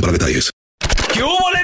para detalles. ¿Qué hubo, le,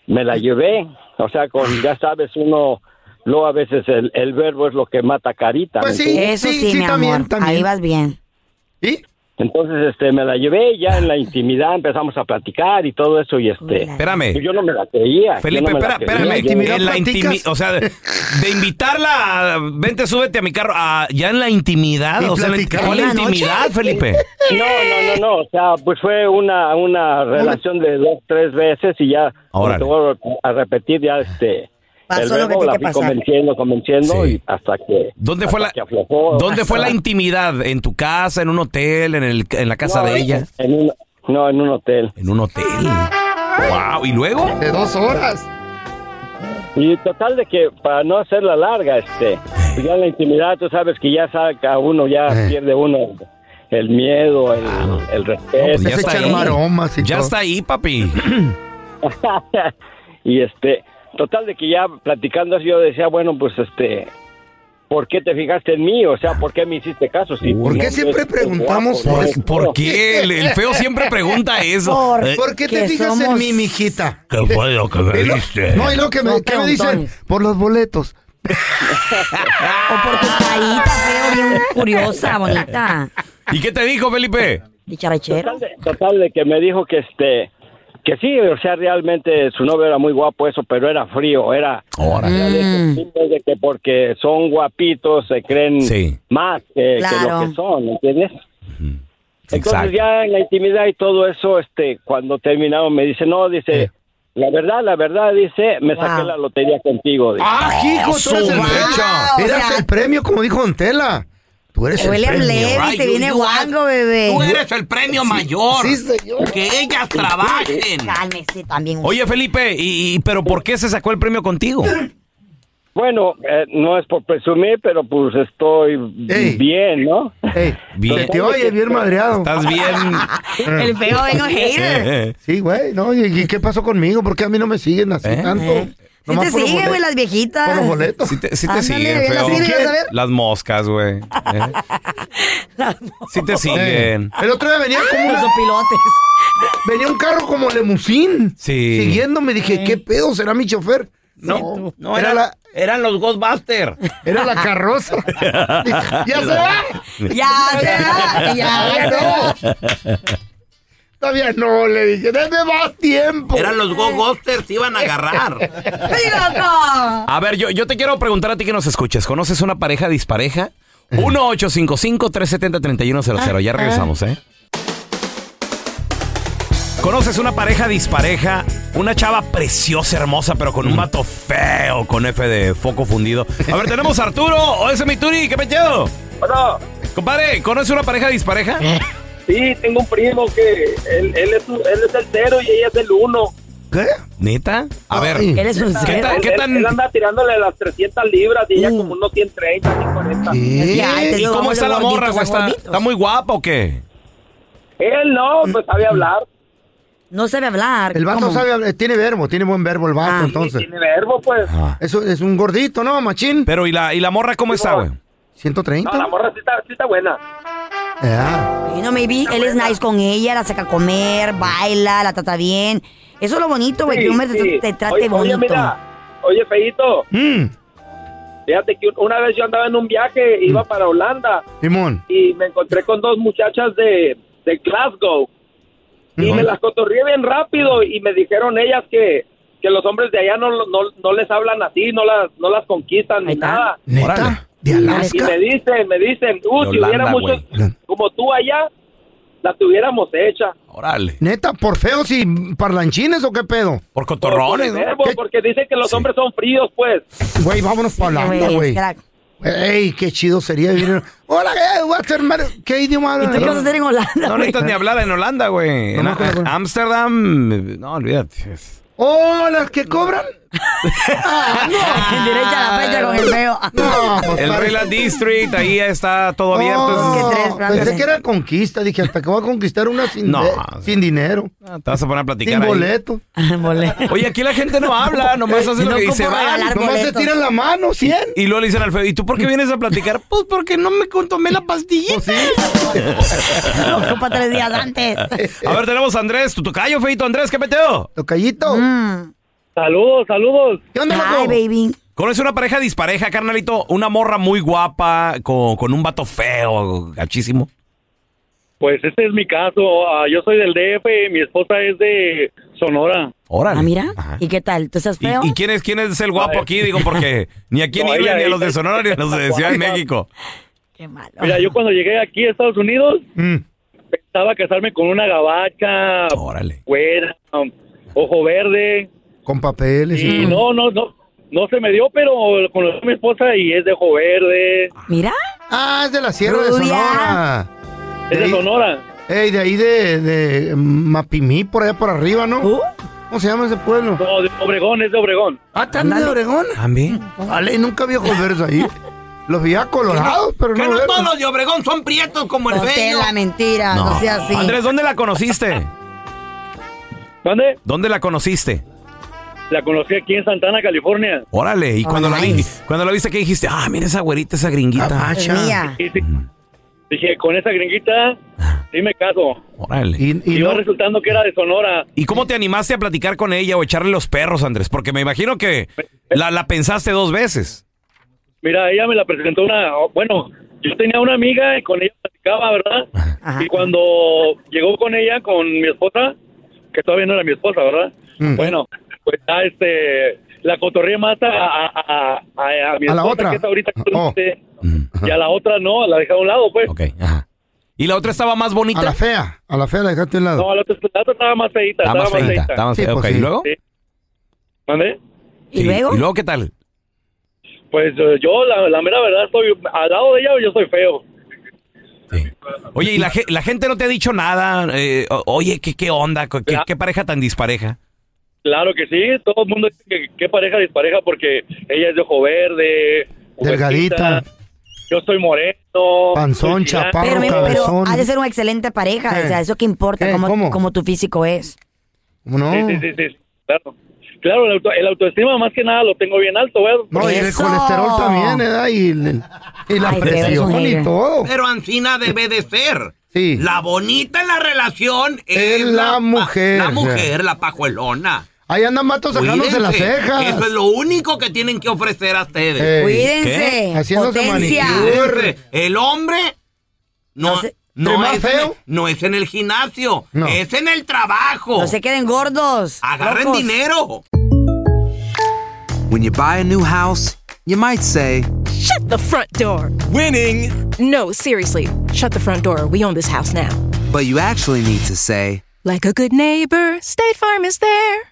me la llevé. O sea, con, ya sabes, uno, luego a veces el, el verbo es lo que mata carita. ¿me Pues sí. entiendes? Eso sí, sí, mi también, amor. también. Ahí vas bien. ¿Y? Entonces, este, me la llevé y ya en la intimidad empezamos a platicar y todo eso y este... Hola. Espérame. Yo no me la creía. yo Felipe, no me la espera, creía, espérame. yo- intimidad En la platicas. intimi- o sea, de, de invitarla a, vente, súbete a mi carro, a- ya en la intimidad, ¿Y o sea, la- platicar? ¿cuál ¿En la noche? intimidad, Felipe? No, no, no, no, o sea, pues fue una, una relación de dos, tres veces y ya, Órale. te vuelvo a repetir, ya este, Pasó el lo que verbo tenía la que fui pasar. convenciendo, convenciendo Sí. y hasta que, ¿Dónde hasta fue la que aflojó. ¿Dónde fue la Hasta- intimidad? ¿En tu casa, en un hotel, en, el, en la casa No, de ella? En un, no, en un hotel. En un hotel. Wow, ¿y luego? De dos horas. Y total de que, para no hacerla larga, este, pues ya en la intimidad tú sabes que ya saca uno, ya Eh. pierde uno el, el miedo, el, el respeto. Ah, pues Se está echan ahí. maromas y Ya todo. está ahí, papi. y este, Total de que ya platicando así yo decía, bueno, pues este, ¿por qué te fijaste en mí? O sea, ¿por qué me hiciste caso? Sí, ¿Por qué no, siempre yo soy preguntamos guapo, ¿no? eso? ¿Por qué? El, el feo siempre pregunta eso. Por- Eh, ¿Por qué te Que fijas en somos- mí, mijita? ¿Qué fue lo que me Y lo- diste? no, y lo que me, No, ¿qué me dicen, preguntones. por los boletos. O por tu carita, feo, bien curiosa, bonita. ¿Y qué te dijo, Felipe? Dicharachero. Total de, total de que me dijo que este que sí, o sea, realmente su novio era muy guapo eso, pero era frío, era ya de Mm. esos tipos de que porque son guapitos se creen Sí. más que, que Claro. lo que son, ¿entiendes? Entonces Exacto. ya en la intimidad y todo eso, este, cuando terminamos me dice, no, dice, Eh. la verdad, la verdad, dice, me Wow. saqué la lotería contigo. dice. ¡Ah, hijo! su Tú eres el mecha. premio. Eras O sea- el premio, como dijo Antela. Tú eres Te el huele a premio. Levi, te viene guango, bebé. eres el premio mayor. Sí, señor. Que ellas trabajen. Cálmese también. Oye, Felipe, ¿y, y- pero por qué se sacó el premio contigo? Bueno, eh, no es por presumir, pero pues estoy Ey. bien, ¿no? Ey, Bien. se te oye bien madreado. ¿Estás bien? El feo vengo hater. Eh, eh. Sí, güey, ¿no? ¿Y, y qué pasó conmigo? ¿Por qué a mí no me siguen así ¿Eh? tanto? Sí te por los sigue, boletos. güey, las viejitas. Por los boletos. Sí te, sí te Ah. Ándale, siguen, bien, feo. así, ¿vas a ver? Las moscas, güey. Eh, Sí te siguen. El otro día venía como ¡Ah! Los una- pilotes. venía un carro como Lemusín. Sí. Siguiéndome, dije, ¿qué pedo? ¿Será mi chofer? No, no era, la, eran los Ghostbusters. era la carroza. ya se va. Ya, ya, ya, ya. Todavía no, le dije, denme más tiempo. Eran los go-ghosters, iban a agarrar. ¡Loco! A ver, yo, yo te quiero preguntar a ti que nos escuches. ¿Conoces una pareja dispareja? 1-855-370-3100. Ya regresamos, ¿eh? ¿Conoces una pareja dispareja? Una chava preciosa, hermosa, pero con un vato feo, Eh, con F de foco fundido. A ver, tenemos a Arturo. O ese mi Turi, ¿qué peteado? Bueno, Compadre, ¿conoces una pareja dispareja? Sí, tengo un primo que él, él, es, él es el cero y ella es el uno. ¿Qué? ¿Neta? A ver, Ay. ¿qué Eres un tal- cero. Él, ¿qué él- tan...? él anda tirándole las 300 libras y ella Uh. como unos 130, 140. ¿Qué? Ya, ahí te ¿Y digo, cómo vamos está de la gorditos morra? a güey? ¿Está, gorditos. ¿Está muy guapa o qué? Él no, pues sabe hablar. No sabe hablar. El vato ¿Cómo? sabe hablar, tiene verbo, tiene buen verbo el vato, Ah. entonces. Tiene verbo, pues. Ah. Eso es un gordito, ¿no, machín? Pero, ¿y la, y la morra cómo está, güey? ¿130? No, la morra sí está, sí está buena. Ah. You know, maybe él es nice con ella, la saca a comer, baila, la trata bien. Eso es lo bonito, güey, que un hombre te- Sí, sí. te trate Oye, bonito. Ah, Oye, mira, oye, Feito, Mm, fíjate que una vez yo andaba en un Mm. viaje, iba para Holanda Simón. y me encontré con dos muchachas de, de Glasgow y Ujú. me las cotorrié bien rápido y me dijeron ellas que, que los hombres de allá no, no, no les hablan así, no las, no las conquistan Ahí ni está. nada. ¿Neta? Órale. ¿De Y Alaska? me dicen, me dicen, uh, De si Holanda, hubiera muchos güey. como tú allá, la tuviéramos hecha. Órale. ¿Neta? ¿Por feos y parlanchines o qué pedo? Por Por- por cotorrones, el ¿no? verbo, ¿Qué? Porque dicen que los Sí. hombres son fríos, pues. Güey, vámonos para Holanda, Güey, güey. crack. Ey, qué chido sería vivir en- Hola, ¿qué? Voy a hacer mar- ¿Qué idioma ¿Y tú hablan? qué vas a hacer en Holanda? No necesitas ni hablar en Holanda, güey. No, En no, no, no. a- Ámsterdam, no, olvídate. ¡Oh, las que cobran! Ah, En derecha a la fecha con el feo. No, pues, El para- Rayland District, ahí está todo abierto. Oh, Que tres frases. pensé que era conquista. Dije, hasta que voy a conquistar una sin, No. de- sin dinero, Ah, Te vas a poner a platicar sin ahí. boleto. Mole. Oye, aquí la gente no habla, nomás hace lo No que dice, ocupo va. regalar. Nomás se boletos. tiran la mano, 100. Y luego le dicen al feo, ¿y tú por qué vienes a platicar? Pues porque no me tomé la Pues pastillita. Ocupa tres días antes. A ver, tenemos a Andrés, tu tocayo, feito. Andrés, ¿qué peteo? Tocallito. Mm. Saludos, saludos. ¿Qué onda, Ay, loco? baby. ¿Conoces una pareja dispareja, carnalito? Una morra muy guapa, con, con un vato feo, gachísimo. Pues este es mi caso. Ah, yo soy del DF, mi esposa es de Sonora. Órale. Ah, mira. Ajá. ¿Y qué tal? ¿Tú estás ¿Y, feo? y quién, es, quién es el guapo aquí? Digo, porque ni aquí en No, Irving, ella- ni a los de ella- Sonora, ni a los de Ciudad de México. Qué malo. Mira, yo cuando llegué aquí a Estados Unidos Mm. pensaba casarme con una gabacha, Órale. güera, ojo verde. Con papeles. Y Mm. todo. no, no, no. No se me dio, pero conocí a mi esposa y es de ojo verde, Mira. Ah, es de la Sierra de Rubia. Sonora. es de Ey. Sonora. Ey, de ahí de, de Mapimí, por allá por arriba, ¿no? ¿Tú? ¿Cómo se llama ese pueblo? No, de Obregón, es de Obregón. Ah, ¿también de Oregón? ¿También? Vale, nunca vi ojos verdes ahí. Los vi a colorados, pero Que no no verdes. todos los de Obregón son prietos como el Hotel, feo. la mentira. No, sea así. Andrés, ¿dónde la conociste? ¿Dónde? ¿Dónde la conociste? La conocí aquí en Santana, California. Órale, y cuando, la, vi- cuando la viste, ¿qué dijiste? Ah, mira esa güerita, esa gringuita. Ah, Y sí, Dije, con esa gringuita, sí me caso. Órale. Y, va resultando que era de Sonora. ¿Y cómo te animaste a platicar con ella o echarle los perros, Andrés? Porque me imagino que la, la pensaste dos veces. Mira, ella me la presentó una, bueno, yo tenía una amiga y con ella platicaba, ¿verdad? Y cuando llegó con ella, con mi esposa, que todavía no era mi esposa, ¿verdad? Mm. Bueno, pues ya este, la cotorré mata a, a, a- a- a mi A la esposa, otra. que es ahorita con Oh. usted, y a la otra no, la dejé a un lado, pues. ¿Y la otra estaba más bonita? A la fea, a la fea la dejaste a un lado. No, la otra, la otra estaba más feita, Estaba estaba más más feíta, feita. estaba más Sí, fea, pues, ok, ¿y sí. luego? Sí. ¿Mande? Sí. ¿Y luego qué tal? Pues eh, yo, la, la mera verdad, estoy al lado de ella, yo soy feo. Oye, ¿y la, ge- la gente no te ha dicho nada? Eh, o- oye, ¿qué, qué onda? ¿Qué, qué- qué pareja tan dispareja? Claro que sí, todo el mundo dice que qué pareja dispareja porque ella es de ojo verde, Delgadita. güerita, yo soy moreno, pues, Panzón, soy chileno. chaparro, Pero, mira, pero cabezón. has de ser una excelente pareja. Eh. O sea, eso que importa, Eh, cómo, ¿cómo? cómo tu físico es. No. Sí, sí, sí, sí, claro. Claro, el, auto- el autoestima más que nada lo tengo bien alto, ¿verdad? No, y el colesterol también, ¿eh? Y, el- y la presión y todo. Pero Ancina debe de ser. La bonita en la relación es, Es la pa- mujer, La ya. mujer, la pajuelona. Ahí andan matos sacándose las Cuídense. cejas. Eso es lo único que tienen que ofrecer a ustedes. Ey. Cuídense. ¿Qué? Haciéndose Potencia. manicure. Cuídense. El hombre no, ¿Entre no, más es en el, feo? no es en el gimnasio, es en el trabajo. No se queden gordos. Agarren locos. dinero. When you buy a new house, you might say, Shut the front door. Winning. No, seriously. Shut the front door. We own this house now. but you actually need to say, Like a good neighbor, State Farm is there.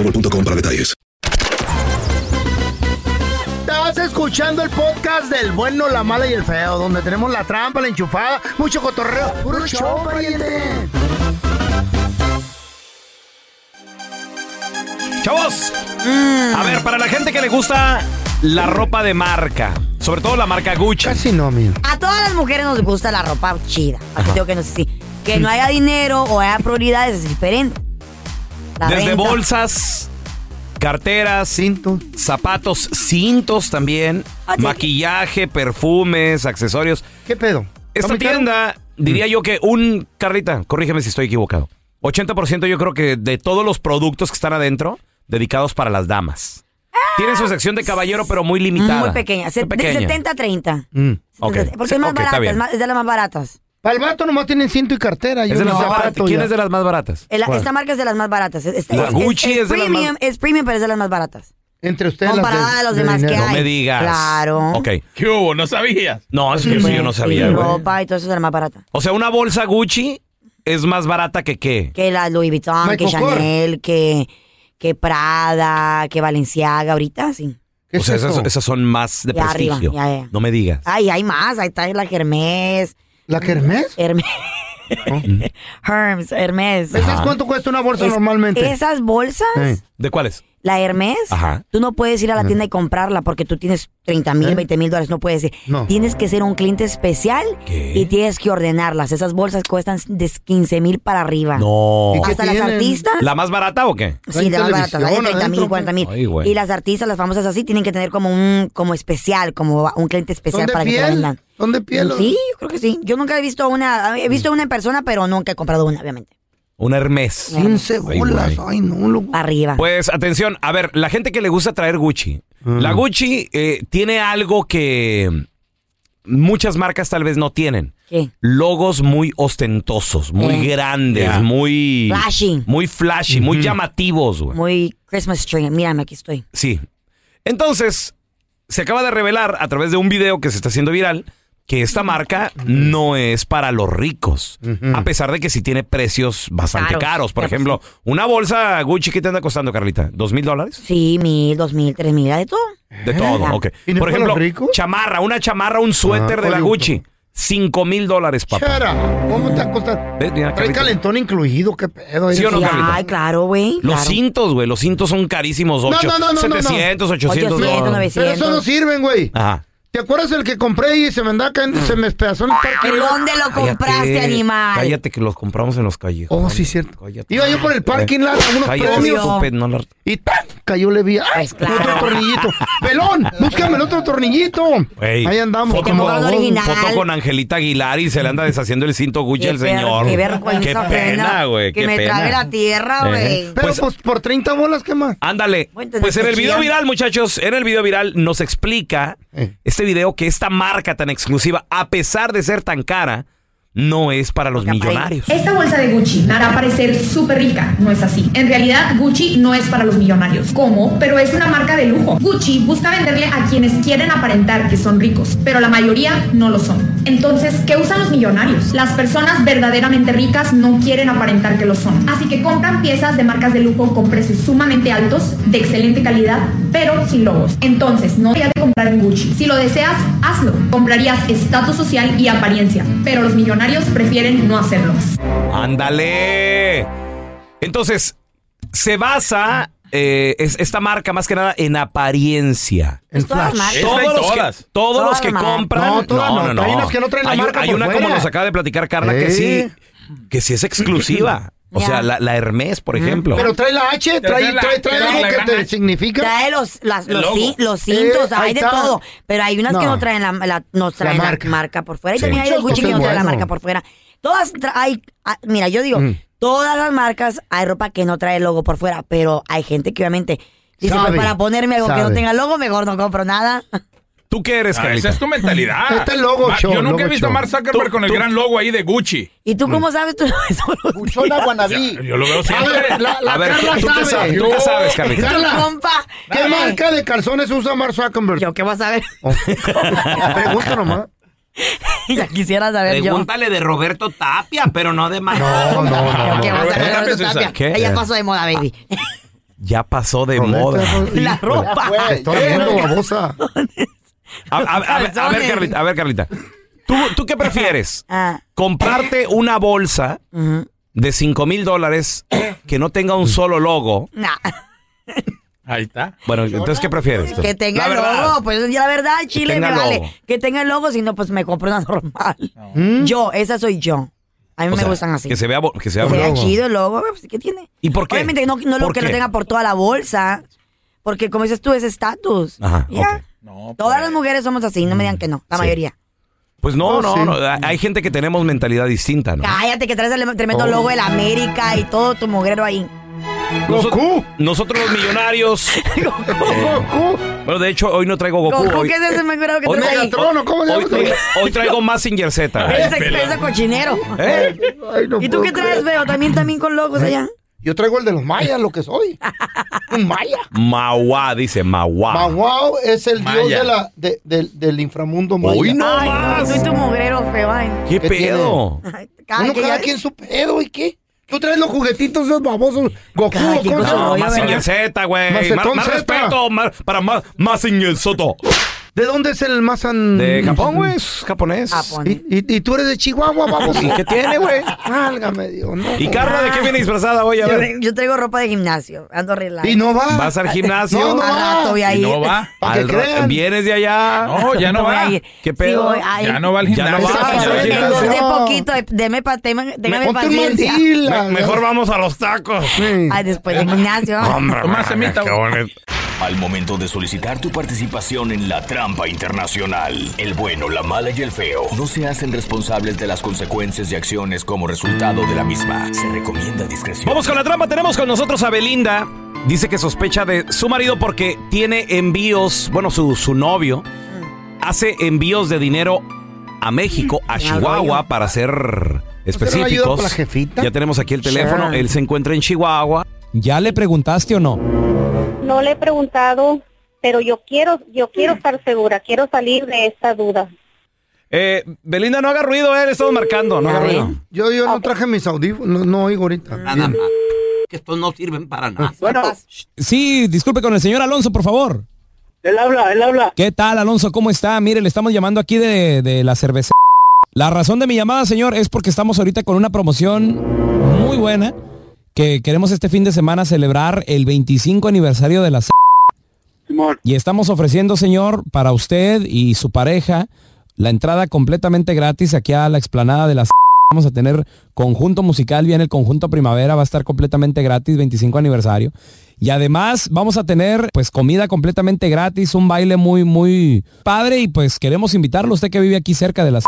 para detalles. Estás escuchando el podcast del bueno, la mala y el feo, donde tenemos la trampa, la enchufada, mucho cotorreo. ¡Puro show, pariente! Chavos, a ver, para la gente que le gusta la ropa de marca, sobre todo la marca Gucci. Casi no, mío. A todas las mujeres nos gusta la ropa chida. ¿Para qué tengo que no sé si. Que no haya dinero o haya prioridades es diferente. La Desde renta. bolsas, carteras, cintos, zapatos, cintos también, maquillaje, perfumes, accesorios. ¿Qué pedo? Esta muy caro? Mm. tienda, diría yo que un, Carlita, corrígeme si estoy equivocado. 80% yo creo que de todos los productos que están adentro, dedicados para las damas. Tienen su sección de caballero, pero muy limitada. Muy pequeña. Muy Se- De 70 a 30. Mm, ok. Porque es más Ok, está barata, bien. es, más- es de las más baratas. Para el vato nomás tienen cinto y cartera. Es de las más baratas. ¿Quién es de las más baratas? El- ¿Cuál? esta marca es de las más baratas. Es- es- La es- Gucci es de las más- premium, Es premium, pero es de las más baratas. Entre ustedes Comparada a los demás que hay. No me digas. Claro. Ok. ¿Qué hubo? ¿No sabías? No, eso Pues, yo no sabía, y güey. ropa y todo eso es de la más barata. O sea, una bolsa Gucci es más barata que qué. Que la Louis Vuitton, Michael que Kors. Chanel, que, que Prada, que Valenciaga, ahorita sí. O sea, Pues esas, esas son más de Ya arriba, prestigio. ya, ya. Ah. No me digas. Ay, hay más, ahí está la Hermes. ¿La Hermes? Hermes. Mm. Hermes, Hermes. ¿Esas cuánto cuesta una bolsa Es- normalmente? Esas bolsas, ¿De cuáles? la Hermes, Ajá. tú no puedes ir a la tienda y comprarla porque tú tienes 30 mil, 20 mil dólares, no puedes ir. No. Tienes que ser un cliente especial y tienes que ordenarlas. Esas bolsas cuestan de 15 mil para arriba. No. Hasta las artistas. ¿La más barata o qué? Sí, de más baratas, hay de 30 mil, 40 mil. Ay, güey. Y las artistas, las famosas así, tienen que tener como un como especial, como un cliente especial ¿Son de para que te la piel? vendan. ¿Son de piel? Sí, yo creo que sí. Yo nunca he visto una, he visto una en persona, pero nunca he comprado una, obviamente. Una Hermes. 15 Ay, güey. ay no, loco. Arriba. Pues atención, a ver, la gente que le gusta traer Gucci. La Gucci eh, tiene algo que muchas marcas tal vez no tienen. Logos muy ostentosos, muy Eh. grandes, Ya. muy... Flashy. Muy flashy, muy llamativos, güey. Muy Christmas tree. Mírame, aquí estoy. Sí. Entonces, se acaba de revelar a través de un video que se está haciendo viral que esta marca no es para los ricos, a pesar de que sí tiene precios bastante Caros. pues caros. Por ejemplo, una bolsa Gucci, ¿qué te anda costando, Carlita? ¿Dos mil dólares? Sí, mil, dos mil, tres mil, de todo. De todo, ok. ¿Y no Por es para ejemplo, los chamarra, una chamarra, un suéter Ah, de la oye, Gucci, cinco mil dólares, papá. Chara, ¿cómo te ha costado? Ve, mira, Trae Carlita. calentón incluido, qué pedo. ¿Sí o no, Eres- Carlita? Ay, claro, güey. Los claro. cintos, güey, los cintos son carísimos, No, ocho, no, no, no, no, no. 700, 800 800, dólares. Pero eso no sirven, güey. Ajá. ¿Te acuerdas el que compré y se me andaba cayendo- se me despedazó en el parque? ¿En dónde lo compraste, Cállate, animal? Cállate que los compramos en los callejones. Oh, sí, cierto. Iba yo por el parking lot a unos Cállate, premios. estúpido, no la- Y ¡tan! cayó Pues levía. ¡Ay! Otro tornillito. ¡Pelón! ¡Búscame el otro tornillito! Ey, Ahí andamos. Foto, como con, vagón. foto con Angelita Aguilar y se le anda deshaciendo el cinto Gucci Qué el per- señor. qué vergüenza Qué pena, ajena. güey. Que qué me pena. trague la tierra, güey. Pero pues, por 30 bolas, ¿qué más? Ándale. Cuéntanos, Pues en el qué video chido. viral, muchachos, en el video viral nos explica Eh. este video que esta marca tan exclusiva, a pesar de ser tan cara, no es para los millonarios. Esta bolsa de Gucci hará parecer súper rica, no es así. En realidad, Gucci no es para los millonarios. ¿Cómo? Pero es una marca de lujo. Gucci busca venderle a quienes quieren aparentar que son ricos, pero la mayoría no lo son. Entonces, ¿qué usan los millonarios? Las personas verdaderamente ricas no quieren aparentar que lo son. Así que compran piezas de marcas de lujo con precios sumamente altos, de excelente calidad, pero sin logos. Entonces, no deberías de comprar en Gucci. Si lo deseas, hazlo. Comprarías estatus social y apariencia, pero los millonarios prefieren no hacerlo. Ándale. Entonces, se basa eh, es- esta marca más que nada en apariencia. En todas las marcas. Todos los Todas. que, todos Todas los que las marcas. compran. No, todas no. Hay unas que no traen la Hay, marca hay por una como fuera. nos acaba de platicar Carla que Sí. sí, que sí es exclusiva. O sea, la, la Hermes, por ejemplo. Pero trae la H, Pero trae, trae la- trae, trae trae algo la que gran te H. significa. Trae los, las- El los, logo. cin- los Eh, cintos, hay ahí de está. todo. Pero hay unas que No. no traen la, la- no traen la marca. marca. por fuera. Y Sí. también hay de Muchos Gucci que no cosas traen la bueno. marca por fuera. Todas tra- hay, ah, mira, yo digo, Mm. todas las marcas hay ropa que no trae el logo por fuera, pero hay gente que obviamente dice, Sabe, pues para ponerme algo que no sabe. tenga logo, mejor no compro nada. ¿Tú qué eres, Ah, Carlita? esa es tu mentalidad. Este es logo Ma- show, yo nunca logo he visto a show. Mark Zuckerberg con el gran logo ahí de Gucci. ¿Y tú cómo sabes tú? Mm. Buchona guanabí. Yo lo veo A siempre. ver, la, la A ver, Carla ¿tú qué sabe. sabes? ¿Tú qué sabes, Carlita? Carla, compa. ¿Qué marca de calzones usa Mark Zuckerberg? Oh. Yo, ¿qué vas a ver? Pregunta nomás. ya quisiera saber yo. Pregúntale de Roberto Tapia, pero no de Marco. No, no, ¿Qué vas a ver, Roberto Tapia? ¿Qué? Ella pasó de moda, baby. Ya pasó de moda. La ropa. Estoy viendo babosa. A, a- a- a ver, a ver, Carlita, a ver, Carlita. ¿Tú, tú qué prefieres? Ah. ¿Comprarte una bolsa de 5 mil dólares que no tenga un solo logo? Nah. Ahí está. Bueno, entonces, ¿qué prefieres? tú? Que tenga La el verdad. logo, pues ya la verdad, Chile, me tenga vale. logo. Que tenga el logo, si no, pues me compro una normal. Yo, esa soy yo. A mí O me sea, gustan así. Que se vea, bo- que se Que vea se vea bonito. chido el logo, pues, ¿qué tiene? ¿Y por qué? Obviamente no, no lo ¿Por que lo qué? tenga por toda la bolsa, porque como dices tú, es estatus. Ajá, Ya. Todas las mujeres somos así, no me digan que no, la Mm. Sí. mayoría. Pues no, Oh, no, sí. no, hay- Hay gente que tenemos mentalidad distinta, ¿no? Cállate que traes el tremendo Oh. logo de la América y todo tu mugrero ahí. Noso- Nosotros los millonarios. Eh, Bueno, de hecho, hoy no traigo Goku. Goku, Oh, hoy- ¿qué es ese mugrero que hoy- traes ahí? hoy- hoy- Hoy traigo más sin Z. güey. Ese expreso cochinero. ¿Eh? ¿Y tú qué traes, veo? También, también con logos allá. ¿Eh? Yo traigo el de los mayas, lo que soy. Un maya. Mauá, dice Mauá. Maguao es el dios Maya. de la, de- del- del inframundo maya. Hoy no Ay, no, soy tu mugrero feo. ay. ¿Qué, ¿Qué pedo? Cada Uno que cada ya- quien su pedo, ¿y qué? Tú traes los juguetitos esos babosos. Goku, ¿cómo se llama? No, más sin Z, güey. Más, Mazetón más Z. respeto más- para más, más sin Soto. ¿De dónde es el más an- De Japón, güey, es japonés. ¿Y, y, y tú eres de Chihuahua, baboso. ¿Y qué tiene, güey? Válgame Dios, no. ¿Y Carla de qué viene disfrazada hoy? A Yo, ver. yo traigo ropa de gimnasio, ando relajada. ¿Y no va? ¿Vas al gimnasio? No, no Al va. rato voy a ¿Y ir. no va? Pa' que Al ra- crean. ¿Vienes de allá? No, ya no voy va. a ir. ¿Qué Sí, pedo? voy a ir. Ya no va al gimnasio. Ya no va. Ah, ya no va al sí, gimnasio. Engordé poquito, eh, deme pa- tema- téngame ponte un paciencia. mandil, Me- mejor vamos a los tacos. Ay, después del gimnasio. Al momento de solicitar tu participación en la trampa internacional, el bueno, la mala y el feo no se hacen responsables de las consecuencias y acciones como resultado de la misma. Se recomienda discreción. Vamos con la trampa. Tenemos con nosotros a Belinda. Dice que sospecha de su marido porque tiene envíos, bueno, su, su novio hace envíos de dinero a México, Ah, a Chihuahua, para ser ayuda específicos. para la jefita? Ya tenemos aquí el teléfono. Sure. Él se encuentra en Chihuahua. ¿Ya le preguntaste o no? No le he preguntado, pero yo quiero, yo Mm. quiero estar segura, quiero salir de esta duda. Eh, Belinda, no haga ruido, eh, le estamos marcando, no haga ruido. Yo, yo no traje mis audífonos, no, no oigo ahorita. Nada más. Que estos no sirven para nada. Bueno, Sí, disculpe con el señor Alonso, por favor. él habla, él habla. ¿Qué tal, Alonso? ¿Cómo está? Mire, le estamos llamando aquí de, de la cerveza. La razón de mi llamada, señor, es porque estamos ahorita con una promoción muy buena que queremos este fin de semana celebrar el 25 aniversario de la Y estamos ofreciendo, señor, para usted y su pareja la entrada completamente gratis aquí a la explanada de las Vamos a tener conjunto musical, viene el conjunto primavera, va a estar completamente gratis, 25 aniversario. Y además vamos a tener pues comida completamente gratis, un baile muy, muy padre y pues queremos invitarlo, usted que vive aquí cerca de las...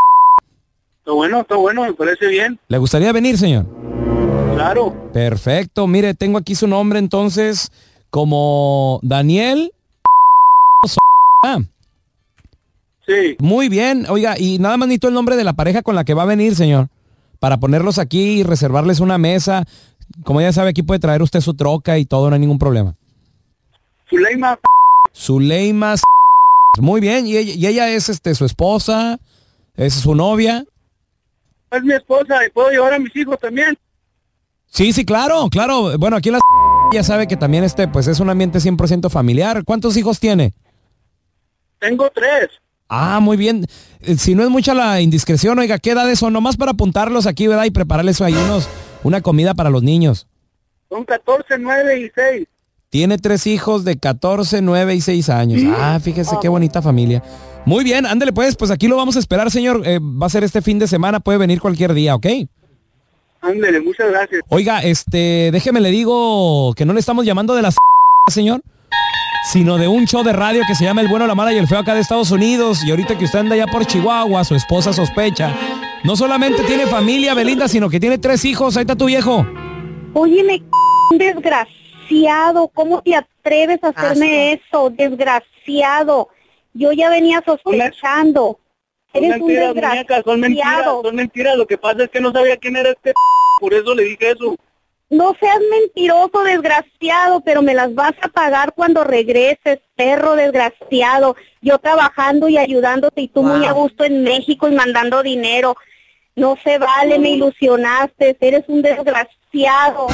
Está bueno, está bueno, me parece bien. ¿Le gustaría venir, señor? Claro. Perfecto, mire, tengo aquí su nombre entonces como Daniel. Ah. Sí. Muy bien, oiga, y nada más necesito el nombre de la pareja con la que va a venir, señor, para ponerlos aquí y reservarles una mesa. Como ya sabe, aquí puede traer usted su troca y todo, no hay ningún problema. Zuleima, Zuleima. S- Muy bien, y ella, y ella es este su esposa, es su novia. es mi esposa y puedo llevar a mis hijos también. Sí, sí, claro, claro. Bueno, aquí en la s- ya sabe que también este pues es un ambiente 100% familiar. ¿Cuántos hijos tiene? Tengo tres. Ah, muy bien. Eh, Si no es mucha la indiscreción, oiga, ¿qué edades son? Nomás para apuntarlos aquí, ¿verdad? Y prepararles ahí unos, una comida para los niños. Son 14, 9 y 6. Tiene tres hijos de 14, 9 y 6 años. Ah, fíjese qué bonita familia. Muy bien, ándale pues, pues aquí lo vamos a esperar, señor. Eh, va a ser este fin de semana, puede venir cualquier día, ¿ok? Ándele, muchas gracias. Oiga, este, déjeme le digo que no le estamos llamando de las señor, sino de un show de radio que se llama El Bueno, la Mala y el Feo acá de Estados Unidos. Y ahorita que usted anda allá por Chihuahua, su esposa sospecha. No solamente tiene familia, Belinda, sino que tiene tres hijos. Ahí está tu viejo. Óyeme, c- desgraciado, ¿cómo te atreves Ah, a hacerme eso? Desgraciado. Yo ya venía sospechando. Son Eres un mentiras, muñeca, son mentiras, desgraciado. son mentiras. Lo que pasa es que no sabía quién era este p- por eso le dije eso. No seas mentiroso, desgraciado, pero me las vas a pagar cuando regreses, perro desgraciado. Yo trabajando y ayudándote y tú muy a gusto en México y mandando dinero. No se vale, me ilusionaste, eres un desgraciado.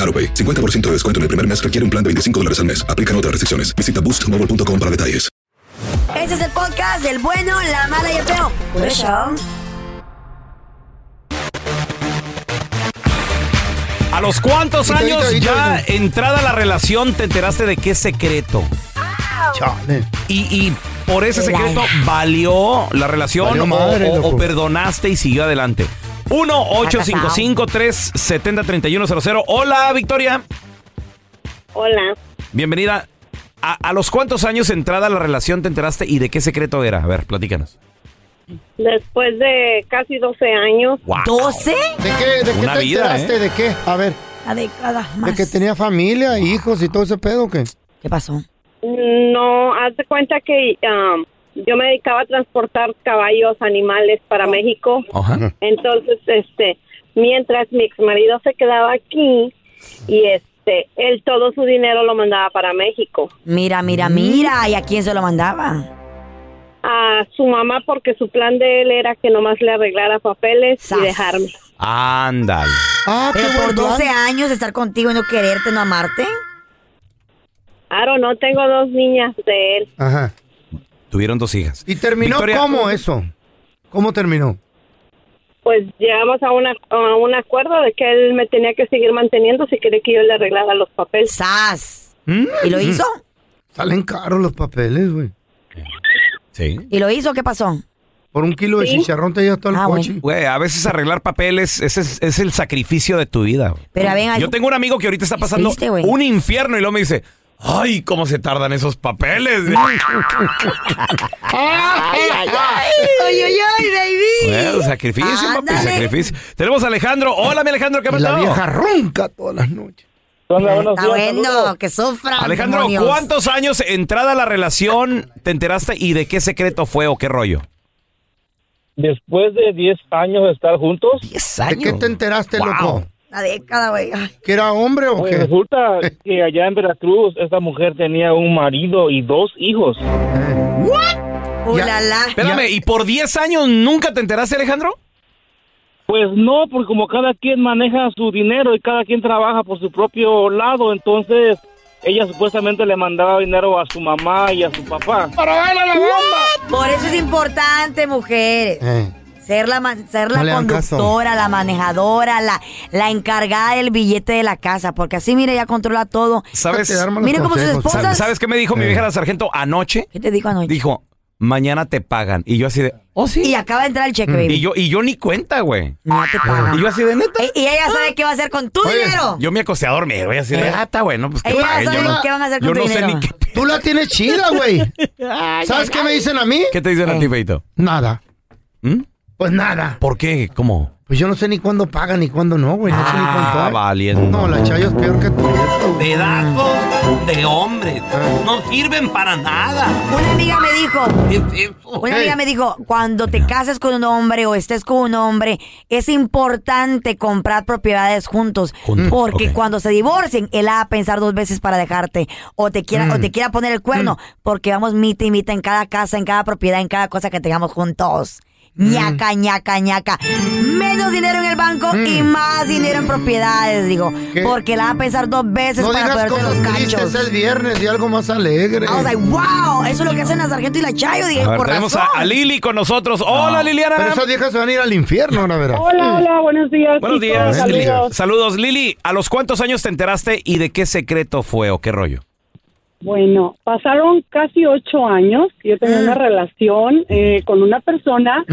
AroPay. 50% de descuento en el primer mes requiere un plan de 25 dólares al mes. Aplican otras restricciones. Visita boostmobile.com para detalles. Este es el podcast del bueno, la mala y el feo. Por eso. ¿A los cuántos Ahorita, años ahorita, ahorita, ya entrada la relación te enteraste de qué secreto? Y, y por ese secreto valió la relación Valió o- madre, o- o, loco. perdonaste y siguió adelante. 1-855-370-3100. Hola, Victoria. Hola. Bienvenida. ¿A, a los cuántos años entrada la relación te enteraste y de qué secreto era? A ver, platícanos. Después de casi 12 años. Wow. ¿Doce? ¿De qué, de qué Una te vida, enteraste? ¿eh? ¿De qué? A ver. La década ¿De que tenía familia, hijos y todo ese pedo o qué? ¿Qué pasó? No, haz de cuenta que um, yo me dedicaba a transportar caballos, animales para México. Ajá. Entonces, este, mientras mi ex marido se quedaba aquí y este, él todo su dinero lo mandaba para México. Mira, mira, mira. ¿Y a quién se lo mandaba? A su mamá porque su plan de él era que nomás le arreglara papeles y dejarme. Ándale. Pero por 12 años de estar contigo y no quererte, no amarte. Aro, no tengo dos niñas de él. Ajá. Tuvieron dos hijas. ¿Y terminó Victoria- cómo eso? ¿Cómo terminó? Pues llegamos a, una, a un acuerdo de que él me tenía que seguir manteniendo si quería que yo le arreglara los papeles. ¡Sas! ¿Y lo hizo? Mm. Salen caros los papeles, güey. Sí. ¿Y lo hizo? ¿Qué pasó? Por un kilo de Sí. chicharrón te llevas todo Ah, el coche. Güey, a veces arreglar papeles ese es, es el sacrificio de tu vida. güey. Pero, a ver, algo- Yo tengo un amigo que ahorita está pasando triste, güey. un infierno y luego me dice, ay, cómo se tardan esos papeles. ¡Ay, ay, ay! ¡Ay, ay, ay, baby! Bueno, sacrificio, papi, sacrificio. Tenemos a Alejandro. Hola, mi Alejandro, ¿qué ha La pasado? vieja ronca todas las noches. Está bueno, que sufran. Alejandro, demonios. ¿cuántos años entrada a la relación te enteraste y de qué secreto fue o qué rollo? Después de 10 años de estar juntos. ¿De qué te enteraste, loco? La década, güey. Ay. ¿Que era hombre o Pues qué? resulta que allá en Veracruz esta mujer tenía un marido y dos hijos. Uh, la, la. Espérame, ¿y por 10 años nunca te enteraste, Alejandro? Pues no, porque como cada quien maneja su dinero y cada quien trabaja por su propio lado, entonces ella supuestamente le mandaba dinero a su mamá y a su papá. Por eso es importante, mujeres. Ser la, man- ser la No le hagan caso. conductora, la manejadora, la, la encargada del billete de la casa. Porque así, mire, ella controla todo. ¿Sabes? Mire cómo sus esposas. ¿Sabes qué me dijo mi vieja la sargento anoche? ¿Qué te dijo anoche? Dijo, mañana te pagan. Y yo así de... Oh, Y acaba de entrar el cheque, baby. Mm. Y yo, y yo ni cuenta, güey. No te pagan. Y yo así de neta. Y, y ella Ah. sabe qué va a hacer con tu dinero. Yo me acosté a dormir, güey, así de... Eh. Ah, está bueno, pues que Ellas paguen, saben yo no- qué van a hacer con yo tu no sé dinero. ni qué... Tú la tienes chida, güey. ¿Sabes qué me dicen a mí? Eh, ¿Qué te dicen a ti, Feito? ¿Mm? Nada. Pues nada. ¿Por qué? ¿Cómo? Pues yo no sé ni cuándo pagan ni cuándo no, güey. No sé ni cuánto. Ah, hay. valiendo. No, la chayo es peor que tú. Pedazos de hombres. No sirven para nada. Una amiga me dijo. Una Hey. amiga me dijo, cuando te cases con un hombre o estés con un hombre, es importante comprar propiedades juntos. Juntos, porque ok. cuando se divorcien, él va a pensar dos veces para dejarte. O te quiera, Mm. o te quiera poner el cuerno. Porque vamos mita y mita en cada casa, en cada propiedad, en cada cosa que tengamos juntos. Mm. Ñaca, ñaca, ñaca. Menos dinero en el banco Mm. y más dinero en propiedades, digo. Porque la va a pensar dos veces No para digas ponerte cosas los tristes, cachos. es viernes y algo más alegre. I was like, wow, eso es lo que hacen la sargento y la chayo. Dije, A ver, por tenemos a, razón. a Lili con nosotros. Hola, Liliana. Pero esas viejas se van a ir al infierno, la verdad. Hola, hola, buenos días. Buenos chicos, días. saludos. Lili. Saludos, Lili. ¿A los cuántos años te enteraste y de qué secreto fue o qué rollo? Bueno, pasaron casi ocho años. Yo tenía una relación eh, con una persona.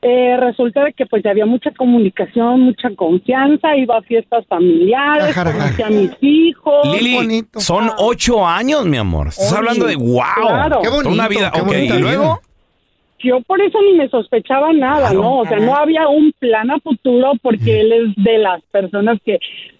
Eh, resulta de que pues ya había mucha comunicación, mucha confianza. Iba a fiestas familiares, conocí a mis hijos. Lili, son ocho años, mi amor. Estás ah. Oye, hablando de wow. claro. Qué Toda bonito, una vida. qué ok, bonita y luego. Yo por eso ni me sospechaba nada, ¿no? O sea, no había un plan a futuro porque él es de las personas que,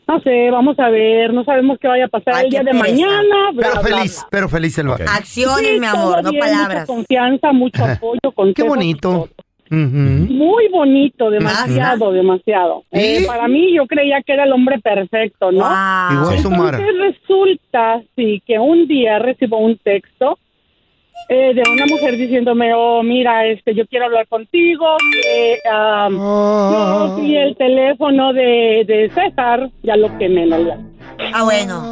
no sé, vamos a ver, no sabemos qué vaya a pasar el día de mañana. bla, Pero bla, feliz, pero feliz el vato. Acciones, mi todo amor, no bien, palabras. Mucha confianza, mucho apoyo, consejos. Qué bonito. Ujú. Muy bonito, demasiado, demasiado. Eh, ¿Y? para mí yo creía que era el hombre perfecto, ¿no? Wow. Igual Entonces Sumara. resulta, sí, que un día recibo un texto eh, de una mujer diciéndome, oh, mira, este, yo quiero hablar contigo, que, ah, no, sí, el teléfono de, de César, ya lo quemé, ¿no? Ya. Ah, bueno.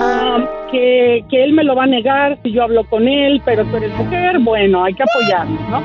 Ah, que, que él me lo va a negar si yo hablo con él, pero tú eres mujer, bueno, hay que apoyarnos, ¿no?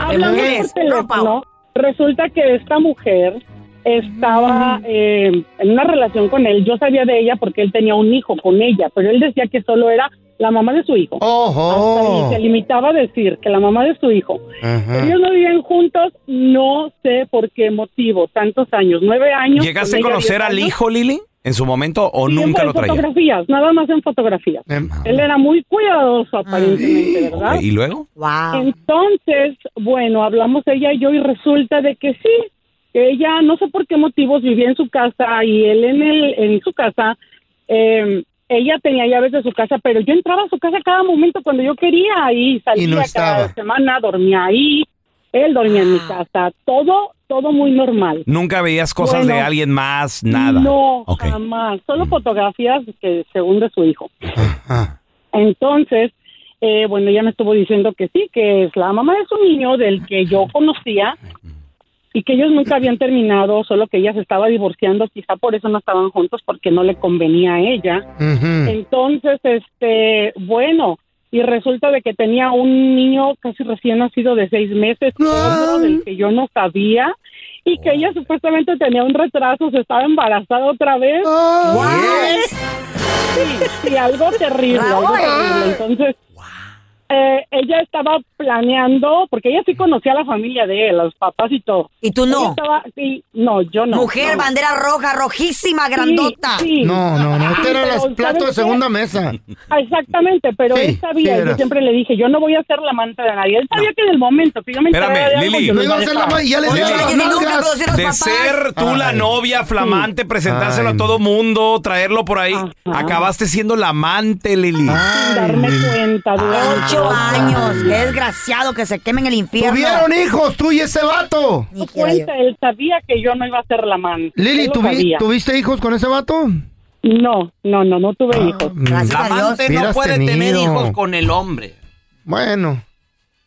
Hablando por mujeres, teléfono, resulta que esta mujer estaba eh, en una relación con él. Yo sabía de ella porque él tenía un hijo con ella, pero él decía que solo era la mamá de su hijo. Ojo. Hasta ahí se limitaba a decir que la mamá de su hijo. Ellos no vivían juntos, no sé por qué motivo, tantos años, nueve años. ¿Llegaste a con ella, conocer diez al años. hijo, Lili? ¿En su momento o Siempre nunca en lo traía? fotografías, nada más en fotografías. Em, Él era muy cuidadoso aparentemente, ¿verdad? ¿Y luego? Entonces, bueno, hablamos ella y yo y resulta de que sí, que ella no sé por qué motivos vivía en su casa y él en el en su casa. eh, ella tenía llaves de su casa, pero yo entraba a su casa cada momento cuando yo quería y salía no cada estaba. semana, dormía ahí, él dormía en mi casa, todo todo muy normal. ¿Nunca veías cosas de Bueno, alguien más? Nada. No, Ok. jamás. Solo fotografías que según de su hijo. Entonces, eh, bueno, ella me estuvo diciendo que sí, que es la mamá de su niño del que yo conocía y que ellos nunca habían terminado, solo que ella se estaba divorciando, quizá por eso no estaban juntos porque no le convenía a ella. Entonces, este, bueno, y resulta de que tenía un niño casi recién nacido de seis meses, otro del que yo no sabía, y que ella supuestamente tenía un retraso, se estaba embarazada otra vez. Sí, sí, algo terrible, algo terrible. Entonces, eh, ella estaba planeando, porque ella sí conocía a la familia de él, a los papás y todo. ¿Y tú no? sí, no, yo no. Mujer, no. bandera roja, rojísima, grandota. sí. No, no, no. Sí, Este era pero los ¿sabes platos de qué? segunda mesa. Ah, Exactamente, pero Sí, él sabía, sí y yo eras. siempre le dije, yo no voy a ser la amante de nadie. Él sabía que en el momento, si yo me enteraba de Espérame, algo, Lili. yo iba a dejar. Lili, De ser tú la Ay. novia flamante, presentárselo a todo mundo, traerlo por ahí. Acabaste siendo la amante, Lili. darme cuenta, Ocho Ah. años. Qué desgraciado que se queme en el infierno. Tuvieron hijos, tú y ese vato. Ni quiera yo. Cuenta, él sabía que yo no iba a ser la amante. Él Lili, lo ¿tuvi- sabía. ¿tuviste hijos con ese vato? Ah, mm. No, no, no, no tuve hijos. La amante no Hubieras puede tener tenido. hijos con el hombre. Bueno,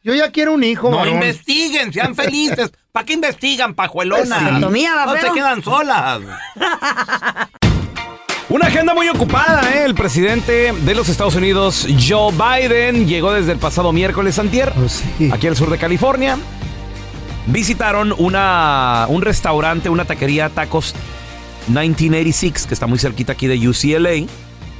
yo ya quiero un hijo, No varón. investiguen, sean felices. ¿Para qué investigan, pajuelona? Pues sí. Anatomía, no se barbero. quedan solas. Una agenda muy ocupada, ¿eh? El presidente de los Estados Unidos, Joe Biden, llegó desde el pasado miércoles antier, aquí al sur de California. Visitaron una, un restaurante, una taquería Tacos 1986, que está muy cerquita aquí de UCLA,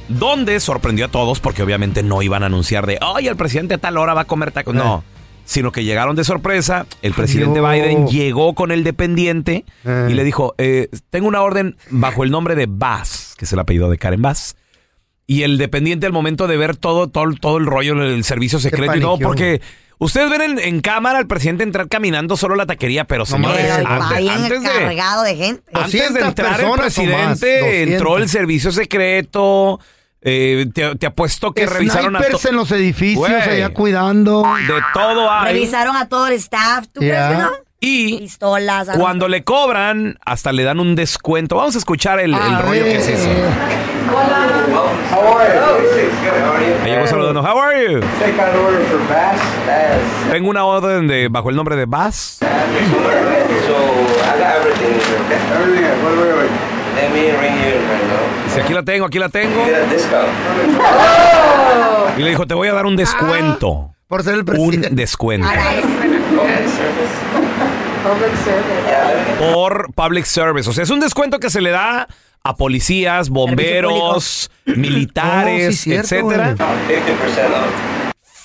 donde sorprendió a todos porque obviamente no iban a anunciar de, ay, el presidente a tal hora va a comer tacos. No, sino que llegaron de sorpresa. El presidente Eh. Dios. Biden llegó con el dependiente Eh. y le dijo, eh, tengo una orden bajo el nombre de Bass, que es el apellido de Karen Bass. Y el dependiente al momento de ver todo, todo, todo el rollo, el servicio secreto y todo, paniqueó. porque ustedes ven en, en cámara al presidente entrar caminando solo a la taquería, pero señores, Pero va ante- bien antes de, cargado de gente. antes de entrar el presidente, entró el servicio secreto. eh, te, te apuesto que revisaron a to- Snipers en los edificios, Güey. allá cuidando. de todo hay. Revisaron a todo el staff. ¿Tú Ya. crees que no? Y Pistolas. armas. Cuando le cobran, hasta le dan un descuento. Vamos a escuchar el, el rollo eh. que es eso. Ahí llegó saludando. How are you? Tengo una orden de bajo el nombre de Bass. Dice, aquí la tengo, aquí la tengo. Y le dijo, te voy a dar un descuento. Por ser el presidente. Un descuento. Ah. por public service. O sea, es un descuento que se le da a policías, bomberos, militares, Oh, sí, cierto, etcétera.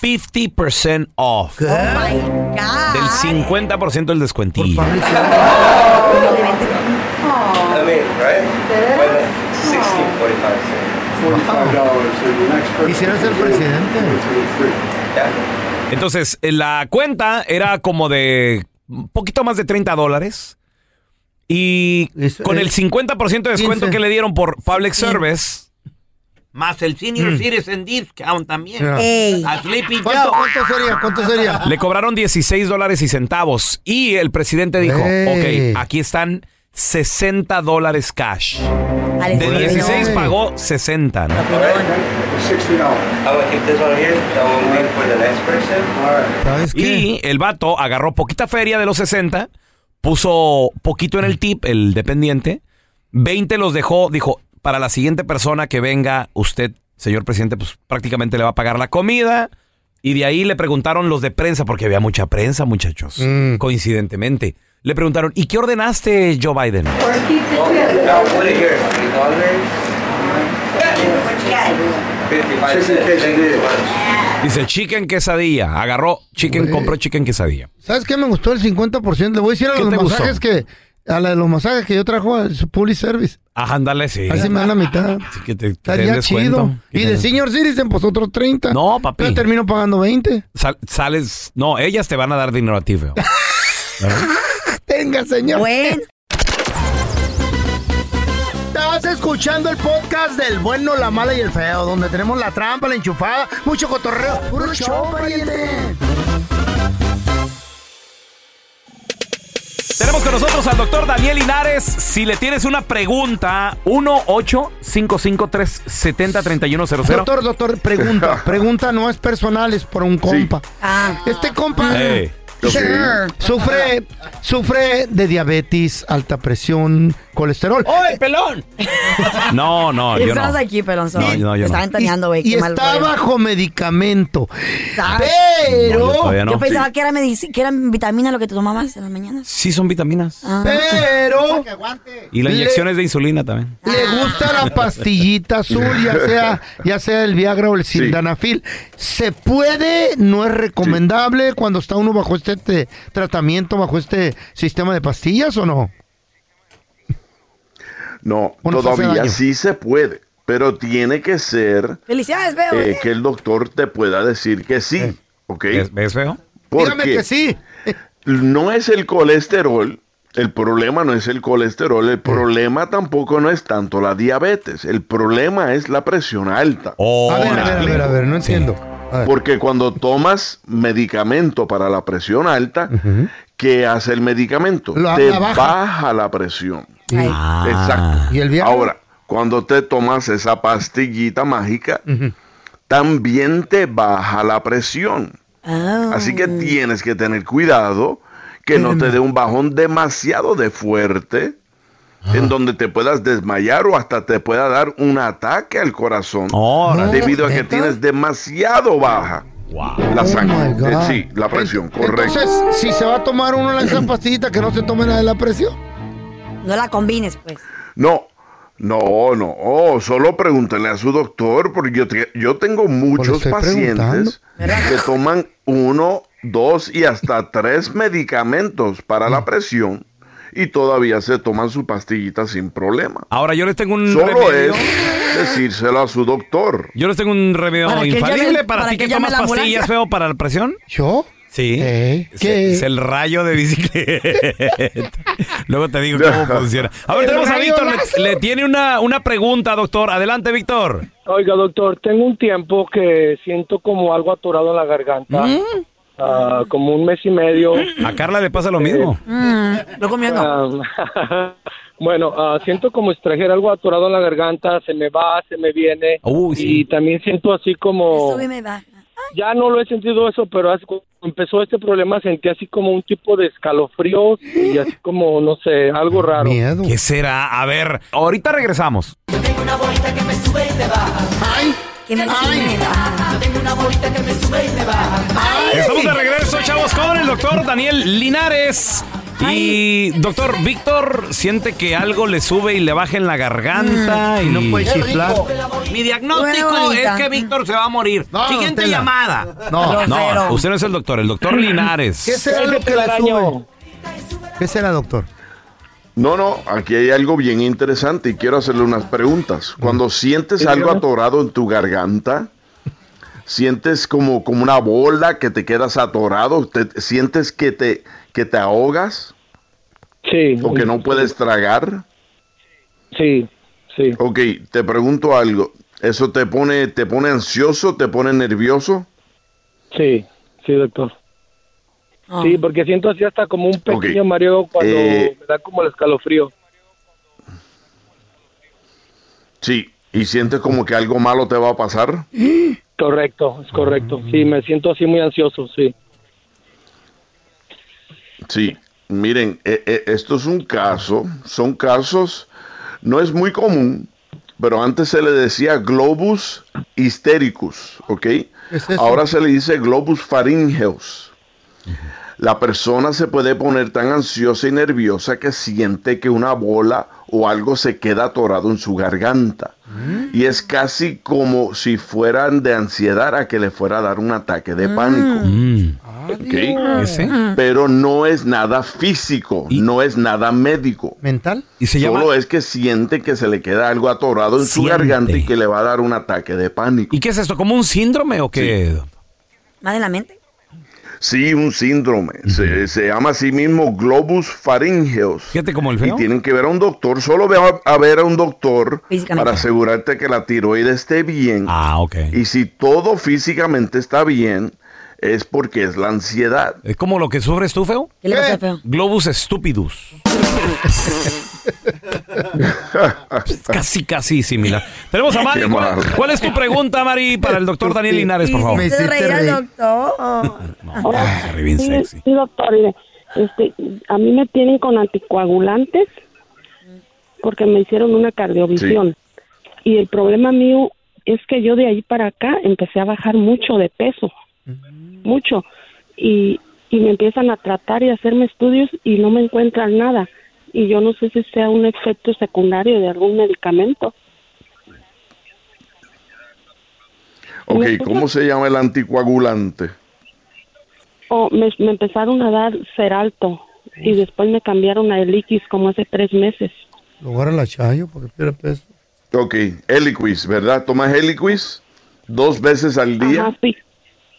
50% off. Del 50% del descuentillo. Quisiera ser presidente. Entonces, eh, la cuenta era como de un poquito más de 30 dólares. Y con el 50% de descuento 15. que le dieron por public service, Más el senior Mm. citizen discount también. Ya. A Sleepy ¿Cuánto, Joe. cuánto sería? ¿Cuánto sería? Le cobraron 16 dólares y centavos. Y el presidente dijo, Ey. ok, aquí están 60 dólares cash. Al De estilo. 16 pagó 60. ¿no? Y el vato agarró poquita feria de los 60, puso poquito en el tip, el dependiente, 20 los dejó, dijo, para la siguiente persona que venga, usted, señor presidente, pues prácticamente le va a pagar la comida. Mm. Y de ahí le preguntaron los de prensa, porque había mucha prensa, muchachos, coincidentemente. Le preguntaron, ¿y qué ordenaste, Joe Biden? Dice, chicken quesadilla. Agarró chicken, compró chicken quesadilla. ¿Sabes qué? Me gustó el 50%. Le voy a decir a ¿Qué los te gustó? masajes que... A la de los masajes que yo trajo a su public service. Ajá, ándale, sí. Así me dan la mitad. Así que te, que te den Estaría descuento. chido. Y de Senior Citizen, pues otros 30. No, papi. Yo termino pagando 20. Sal- sales. No, ellas te van a dar dinero a ti, feo. Tenga, señor. Estás escuchando el podcast del bueno, la mala y el feo, donde tenemos la trampa, la enchufada, mucho cotorreo. ¡Puro show, pariente! Tenemos con nosotros al doctor Daniel Linares. Si le tienes una pregunta, 1 70 Doctor, doctor, pregunta. Pregunta no es personal, es por un compa. Ah. Este compa Hey. Sure. sufre, sufre de diabetes, alta presión, colesterol. ¡Oye, pelón! No, no, yo Estamos no. aquí, pelonzón. No, no, yo Estaban no. taneando, güey. Y qué mal está rollo. bajo medicamento. ¿Sabes? Pero- No, yo todavía no. Yo pensaba que era medici- que eran vitaminas lo que tú tomabas en las mañanas. Sí, son vitaminas. Ah. Pero Y las inyecciones de insulina también. le gusta la pastillita azul, ya sea, ya sea el Viagra o el Sildanafil. Se puede, no es recomendable cuando está uno bajo este, este tratamiento, bajo este sistema de pastillas o no? No, ¿O nos hace todavía daño? sí se puede, pero tiene que ser Felicidades, veo. eh, que el doctor te pueda decir que sí, ¿ok? ¿Ves feo? Porque Dígame que sí. no es el colesterol, el problema no es el colesterol, el problema tampoco no es tanto la diabetes, el problema es la presión alta. Oh, A ver, a ver, a ver, a ver, no entiendo. Porque cuando tomas medicamento para la presión alta, ¿qué hace el medicamento? Lo- te la baja. baja. la presión. Ah. Exacto. ¿Y el Ahora, cuando te tomas esa pastillita mágica, también te baja la presión. Ah. Así que tienes que tener cuidado que no te dé un bajón demasiado de fuerte. Ah. En donde te puedas desmayar o hasta te pueda dar un ataque al corazón Órale. debido a que ¿Neta? tienes demasiado baja la Oh sangre. my God. Eh, sí, la presión, correcto. Entonces, si se va a tomar uno de esas pastillitas, que no se tome la de la presión. No la combines, pues. No, no, no. oh, solo pregúntenle a su doctor, porque yo, te- yo tengo muchos estoy pacientes que toman uno, dos y hasta tres medicamentos para la presión y todavía se toman su pastillita sin problema. Ahora yo les tengo un Solo remedio. es decírselo a su doctor. Yo les tengo un remedio Para que infalible llamen- para, para ti que que llame tomas la ambulancia. pastillas, feo, para la presión. ¿Yo? Sí. Es- Es, el rayo de bicicleta. Luego te digo cómo funciona. A ver, El tenemos a rayo Víctor. láser. Le, le tiene una, una pregunta, doctor. Adelante, Víctor. Oiga, doctor, tengo un tiempo que siento como algo atorado en la garganta. ¿Mm? Ah, como un mes y medio. Eh, A Carla le pasa lo mismo. Mm. lo comiendo. bueno, ah, siento como si trajera algo atorado en la garganta, se me va, se me viene. Uy, Y también siento así como... Sube, me baja. Ya no lo he sentido eso, pero hace- cuando empezó este problema sentí así como un tipo de escalofríos y así como, no sé, algo raro. ¿Qué será? A ver, ahorita regresamos. Una bolita que me sube y me baja. Ay. Que me sube y me baja. Yo tengo una bolita que me sube y me baja. Estamos de regreso, chavos, con el doctor Daniel Linares. Y doctor Víctor siente que algo le sube y le baja en la garganta y no puede chiflar. Mi diagnóstico es que Víctor se va a morir. Siguiente llamada. No, no, usted no es el doctor, el doctor Linares. ¿Qué será lo que le sube? ¿Qué será, doctor? No, no, aquí hay algo bien interesante y quiero hacerle unas preguntas. Cuando sientes Sí, algo dígame. atorado en tu garganta, sientes como, como una bola que te quedas atorado, ¿Te- sientes que te, que te ahogas. Sí. O que no puedes tragar. Sí, sí. Ok, te pregunto algo. ¿Eso te pone, te pone ansioso, te pone nervioso? Sí, sí, doctor. Sí, porque siento así hasta como un pequeño mareo cuando Eh, me da como el escalofrío. Sí. ¿Y sientes como que algo malo te va a pasar? Correcto, es correcto. Sí, me siento así muy ansioso, sí. Sí, miren, eh, eh, esto es un caso, son casos, no es muy común, pero antes se le decía globus hystericus, ¿ok? es eso? Ahora se le dice globus pharyngeus. La persona se puede poner tan ansiosa y nerviosa que siente que una bola o algo se queda atorado en su garganta. Y es casi como si fueran de ansiedad a que le fuera a dar un ataque de pánico. ¿Ok? Ah. Pero no es nada físico, no es nada médico. ¿Mental? ¿Y Solo es que siente que se le queda algo atorado en su Siente. garganta y que le va a dar un ataque de pánico. ¿Y qué es esto? ¿Como un síndrome o qué? ¿Más de la mente? Sí, un síndrome. se, se llama a sí mismo globus faringeos. Fíjate como el Y tienen que ver a un doctor. Solo ve a, a ver a un doctor Físicamente. para asegurarte que la tiroide esté bien. Ah, ok. Y si todo físicamente está bien, es porque es la ansiedad. ¿Es como lo que sufres tú, feo? ¿Qué le pasa, feo? Globus estúpidos. casi, casi similar. Tenemos a Mari. Qué ¿Cuál, mal. cuál es tu pregunta, Mari, para el doctor Daniel Linares, por favor? Me hiciste reír al doctor. Re Ah, bien Sí, sexy. sí, doctor, mire, este, a mí me tienen con anticoagulantes porque me hicieron una cardiovisión. Y el problema mío es que yo de ahí para acá empecé a bajar mucho de peso, mucho. Y, y me empiezan a tratar y a hacerme estudios y no me encuentran nada. Y yo no sé si sea un efecto secundario de algún medicamento. Ok, ¿cómo se llama el anticoagulante? O me, me empezaron a dar Ceralto y después me cambiaron a Eliquis como hace tres meses. Lo guarda la chayo porque pierde peso. Ok, Eliquis, ¿verdad? ¿Tomas Eliquis dos veces al día? Ajá, Ah, sí.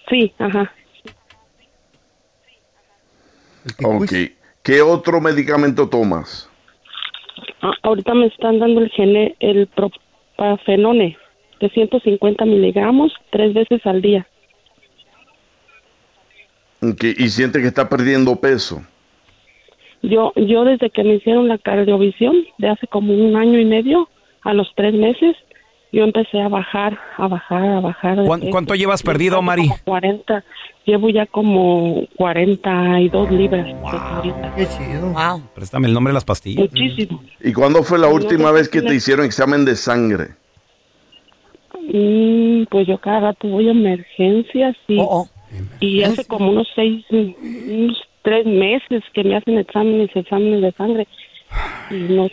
Sí, ajá. Ok. ¿Qué otro medicamento tomas? Ah, ahorita me están dando el gene, el propafenone de 150 miligramos tres veces al día. Ok, Y sientes que está perdiendo peso. Yo, yo desde que me hicieron la cardiovisión de hace como un año y medio, a los tres meses, yo empecé a bajar, a bajar, a bajar. de ¿Cuán- peso. ¿Cuánto llevas perdido, Mari? 40. Llevo ya como 42 libras. ahorita. Qué chido. Wow. Préstame el nombre de las pastillas. Muchísimo. ¿Y cuándo fue la No, última pues, vez que me- te hicieron examen de sangre? Mm, pues yo cada rato voy a emergencias y, y hace como unos seis, unos tres meses que me hacen exámenes, exámenes de sangre y no,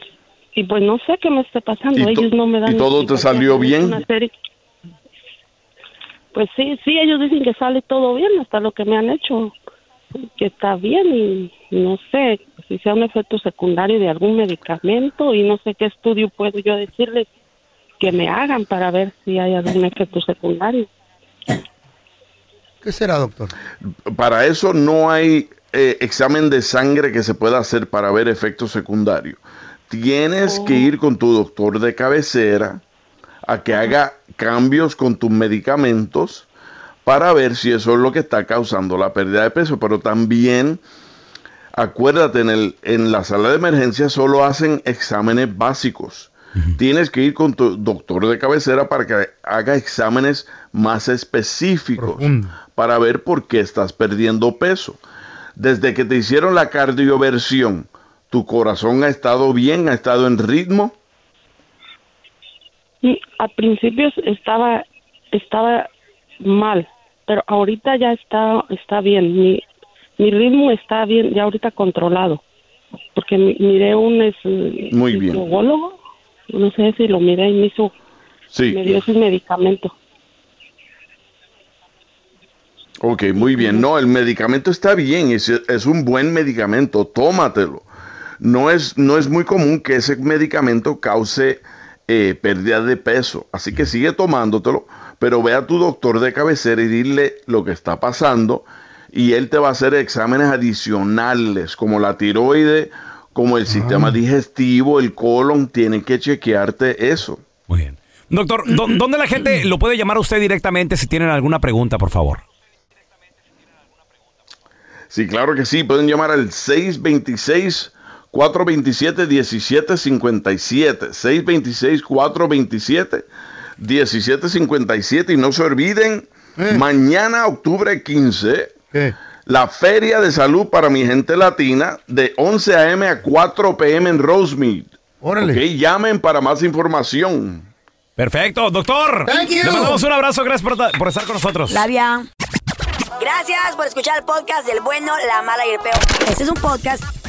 y pues no sé qué me está pasando. ¿Y to- Ellos no me dan. y todo te salió una bien? serie. Pues sí, sí, ellos dicen que sale todo bien hasta lo que me han hecho, que está bien y no sé si sea un efecto secundario de algún medicamento y no sé qué estudio puedo yo decirles que me hagan para ver si hay algún efecto secundario. ¿Qué será, doctor? Para eso no hay eh, examen de sangre que se pueda hacer para ver efectos secundarios. Tienes que ir con tu doctor de cabecera a que haga cambios con tus medicamentos para ver si eso es lo que está causando la pérdida de peso. Pero también, acuérdate, en, el, en la sala de emergencia solo hacen exámenes básicos. Tienes que ir con tu doctor de cabecera para que haga exámenes más específicos para ver por qué estás perdiendo peso. Desde que te hicieron la cardioversión, ¿tu corazón ha estado bien? ¿Ha estado en ritmo? Y a principios Mm, estaba estaba mal, pero ahorita ya está está bien. Mi, mi ritmo está bien, ya ahorita controlado. Porque mi- miré un es- Muy bien. psicólogo, no sé si lo miré y me hizo me Sí. dio sus medicamentos. Ok, muy bien. No, el medicamento está bien, es, es un buen medicamento, tómatelo. No es, no es muy común que ese medicamento cause eh, pérdida de peso, así que sigue tomándotelo, pero ve a tu doctor de cabecera y dile lo que está pasando y él te va a hacer exámenes adicionales como la tiroide, como el sistema digestivo, el colon, tiene que chequearte eso. Doctor, ¿dó- ¿dónde la gente lo puede llamar a usted directamente si tienen alguna pregunta, por favor? Sí, claro que sí. Pueden llamar al 626 427 1757. 626 427 1757 y no se olviden, mañana octubre 15, la Feria de Salud para mi gente latina de 11 a.m. a 4 p.m. en Rosemead. Órale. llamen para más información. Perfecto, doctor. Thank you. Le mandamos un abrazo, gracias por, por estar con nosotros. Labia. Gracias por escuchar el podcast del bueno, la mala y el peo. Este es un podcast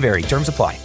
vary. Terms apply.